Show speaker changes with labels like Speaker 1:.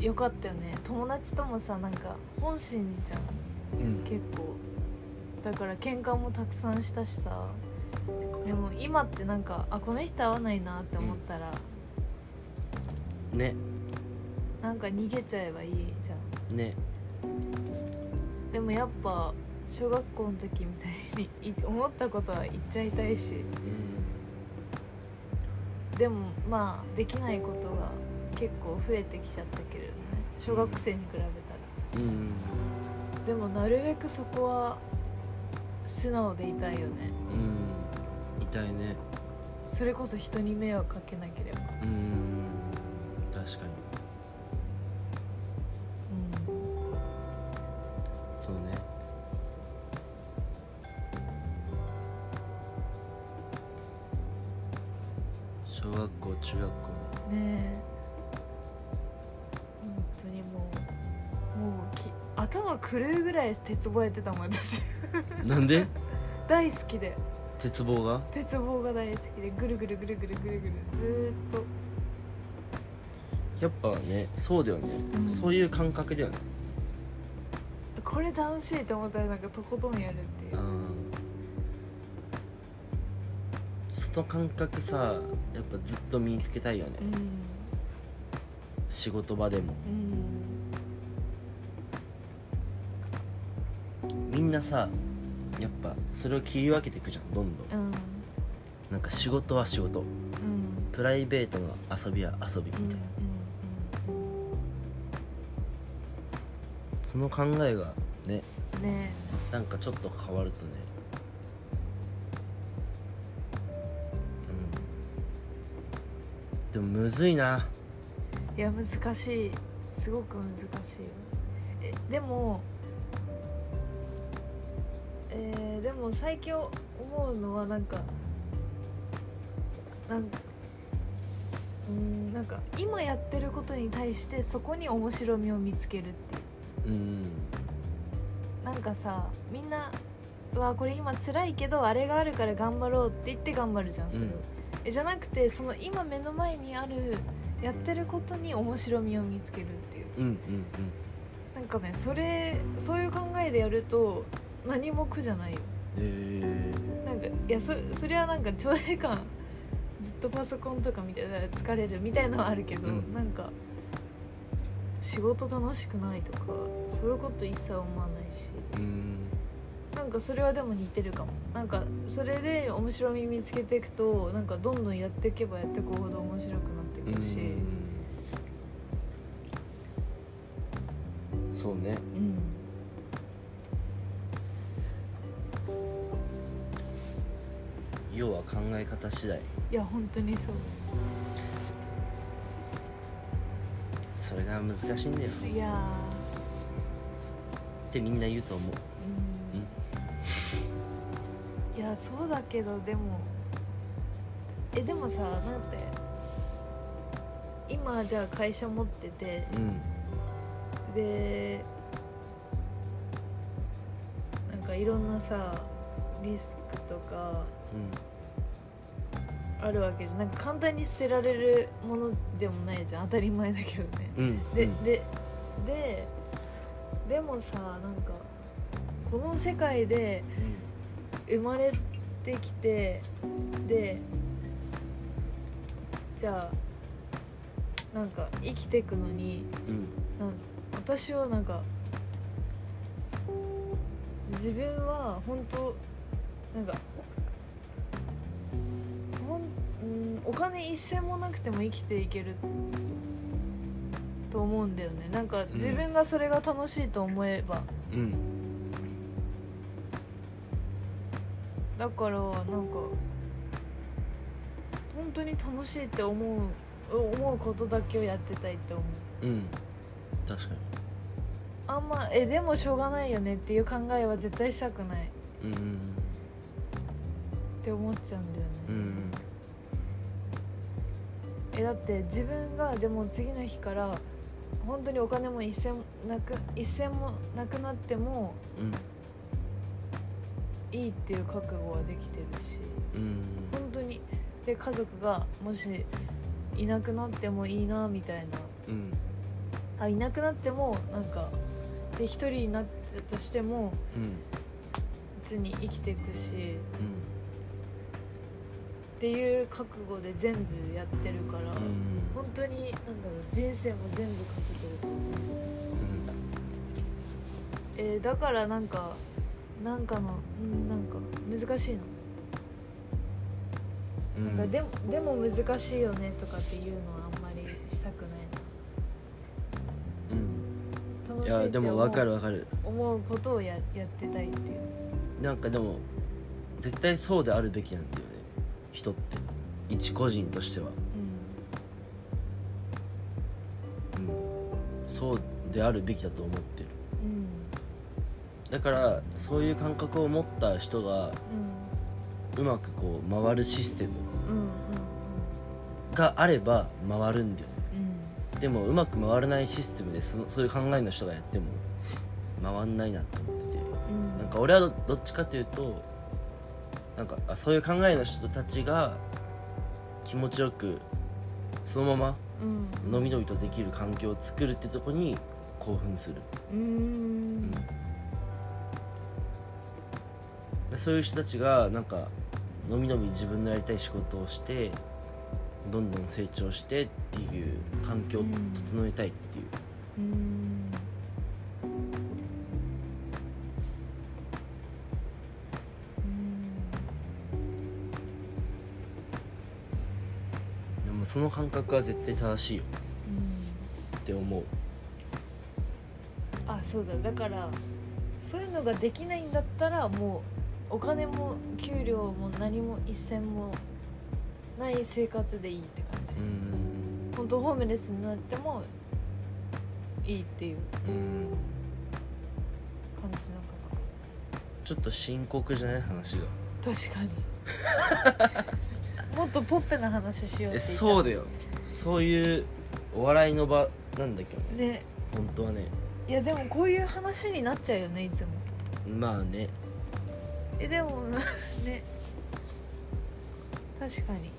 Speaker 1: よかったよね友達ともさなんか本心じゃん
Speaker 2: うん
Speaker 1: 結構だから喧嘩もたくさんしたしさでも今ってなんかあこの人合わないなって思ったら、
Speaker 2: ね
Speaker 1: なんか逃げちゃえばいいじゃん
Speaker 2: ね
Speaker 1: でもやっぱ小学校の時みたいにい思ったことは言っちゃいたいし
Speaker 2: うん
Speaker 1: でもまあできないことが結構増えてきちゃったけれどね小学生に比べたら、
Speaker 2: うん
Speaker 1: でもなるべくそこは素直でいたいよね
Speaker 2: うん痛いね
Speaker 1: それこそ人に迷惑かけなければ
Speaker 2: うん確かに
Speaker 1: うん
Speaker 2: そうね小学校中学校
Speaker 1: ねえ本当にもうもうき頭狂うぐらい鉄棒やってたもん 私
Speaker 2: なんで
Speaker 1: 大好きで
Speaker 2: 鉄棒が
Speaker 1: 鉄棒が大好きでぐるぐるぐるぐるぐるぐるずーっと
Speaker 2: やっぱねそうだよね、
Speaker 1: うん
Speaker 2: そういう感覚だよね
Speaker 1: これ楽しいと思ったらなんかとことんやるっていう
Speaker 2: うんその感覚さやっぱずっと身につけたいよね
Speaker 1: うん
Speaker 2: 仕事場でも
Speaker 1: うん
Speaker 2: みんなさやっぱそれを切り分けていくじゃんどんどん
Speaker 1: うん
Speaker 2: なんか仕事は仕事
Speaker 1: うん
Speaker 2: プライベートの遊びは遊び
Speaker 1: うん
Speaker 2: みたいな、
Speaker 1: うんうん
Speaker 2: その考えがね
Speaker 1: うんね
Speaker 2: なんかちょっと変わるとねうんでもむずいない
Speaker 1: や難しいすごく難しいよえでもえーでも最近思うのはなんかなんうーんなんか今やってることに対してそこに面白みを見つけるっていう
Speaker 2: うん
Speaker 1: なんかさみんな「うわこれ今辛いけどあれがあるから頑張ろう」って言って頑張るじゃんそれを、
Speaker 2: うん
Speaker 1: えじゃなくてその今目の前にあるやってることに面白みを見つけるっていう
Speaker 2: うんうん
Speaker 1: なんかねそれそういう考えでやると何も苦じゃないよ
Speaker 2: うんえ
Speaker 1: なんかいやそそりゃなんか長時間ずっとパソコンとか見てたら疲れるみたいなのはあるけど、
Speaker 2: うん
Speaker 1: なんか仕事楽しくないとかそういうこと一切思わないし
Speaker 2: ー、うん
Speaker 1: なんかそれはでも似てるかもなんかそれで面白み見つけていくとなんかどんどんやっていけばやっていくほど面白くなっていくし、
Speaker 2: うんそうね
Speaker 1: うん
Speaker 2: 要は考え方次第
Speaker 1: いや本当にそう
Speaker 2: それが難しいんだよ
Speaker 1: いや
Speaker 2: ってみんな言うと思う
Speaker 1: ーうんいやそうだけどでもえでもさなんて今じゃあ会社持ってて
Speaker 2: うん
Speaker 1: でなんかいろんなさリスクとかあるわけじゃんなんか簡単に捨てられるものでもないじゃん当たり前だけどね
Speaker 2: うんうん
Speaker 1: で、でででもさなんかこの世界で生まれてきてでじゃあなんか生きてくのに
Speaker 2: うんうん
Speaker 1: なん私はなんか自分は本当なんかほん、うん、お金一銭もなくても生きていけると思うんだよねなんか
Speaker 2: ん
Speaker 1: 自分がそれが楽しいと思えば、
Speaker 2: うん
Speaker 1: だからなんか本当に楽しいって思う思うことだけをやってたいって思う
Speaker 2: うん確か
Speaker 1: あんまえでもしょうがないよねっていう考えは絶対したくない
Speaker 2: にうん
Speaker 1: って思っちゃうんだよね、
Speaker 2: うん
Speaker 1: えだって自分がじゃあもう次の日から本当にお金も一銭なく一銭もなくなっても
Speaker 2: うん
Speaker 1: いいっていう覚悟はできてるし
Speaker 2: うん
Speaker 1: 本当にで家族がもしいなくなってもいいなみたいな
Speaker 2: うん
Speaker 1: あいなくなってもなんかで一人になったとしても
Speaker 2: うん
Speaker 1: 別に生きていくし
Speaker 2: うん
Speaker 1: っていう覚悟で全部やってるから、本当になんだろう人生も全部かけてるえーだからなんかなんかのうんなんか難しいの、
Speaker 2: うんうん
Speaker 1: なんかでもでも難しいよねとかっていうのはあんまりしたく
Speaker 2: うん
Speaker 1: ないな楽し
Speaker 2: い
Speaker 1: い
Speaker 2: や
Speaker 1: って
Speaker 2: で
Speaker 1: 思う
Speaker 2: も分かる分かる
Speaker 1: 思うことをややってたいっていう
Speaker 2: なんかでも絶対そうであるべきなんだよね人って一個人としては、うん、そうであるべきだと思ってる
Speaker 1: うんうん
Speaker 2: だからそういう感覚を持った人がうまくこう回るシステム
Speaker 1: うんうんうん
Speaker 2: があれば回るんだよね
Speaker 1: うん
Speaker 2: でもうまく回らないシステムでそのそういう考えの人がやっても回んないなって思ってて
Speaker 1: うん
Speaker 2: なんか俺はどどっちかというとなんかあそういう考えの人たちが気持ちよくそのま
Speaker 1: うん
Speaker 2: まのびのびとできる環境を作るってとこに興奮する、
Speaker 1: うーん
Speaker 2: でそういう人たちがなんかのびのび自分のやりたい仕事をしてどんどん成長してっていう環境を整えたいっていう、
Speaker 1: うーんうーん
Speaker 2: でもその感覚は絶対正しいよ
Speaker 1: うん
Speaker 2: って思う
Speaker 1: あそうだだからそういうのができないんだったらもうお金も給料も何も一銭もない生活でいいって感じ、
Speaker 2: うん
Speaker 1: 本当ホームレスになってもいいっていう
Speaker 2: うん
Speaker 1: 感じなのか
Speaker 2: ちょっと深刻じゃない話が
Speaker 1: な確かに もっとポップな話しようって言
Speaker 2: え
Speaker 1: った
Speaker 2: そうだよそういうお笑いの場なんだけどね
Speaker 1: ね
Speaker 2: 本当はね
Speaker 1: いやでもこういう話になっちゃうよねいつも
Speaker 2: まあね
Speaker 1: えでもね確かに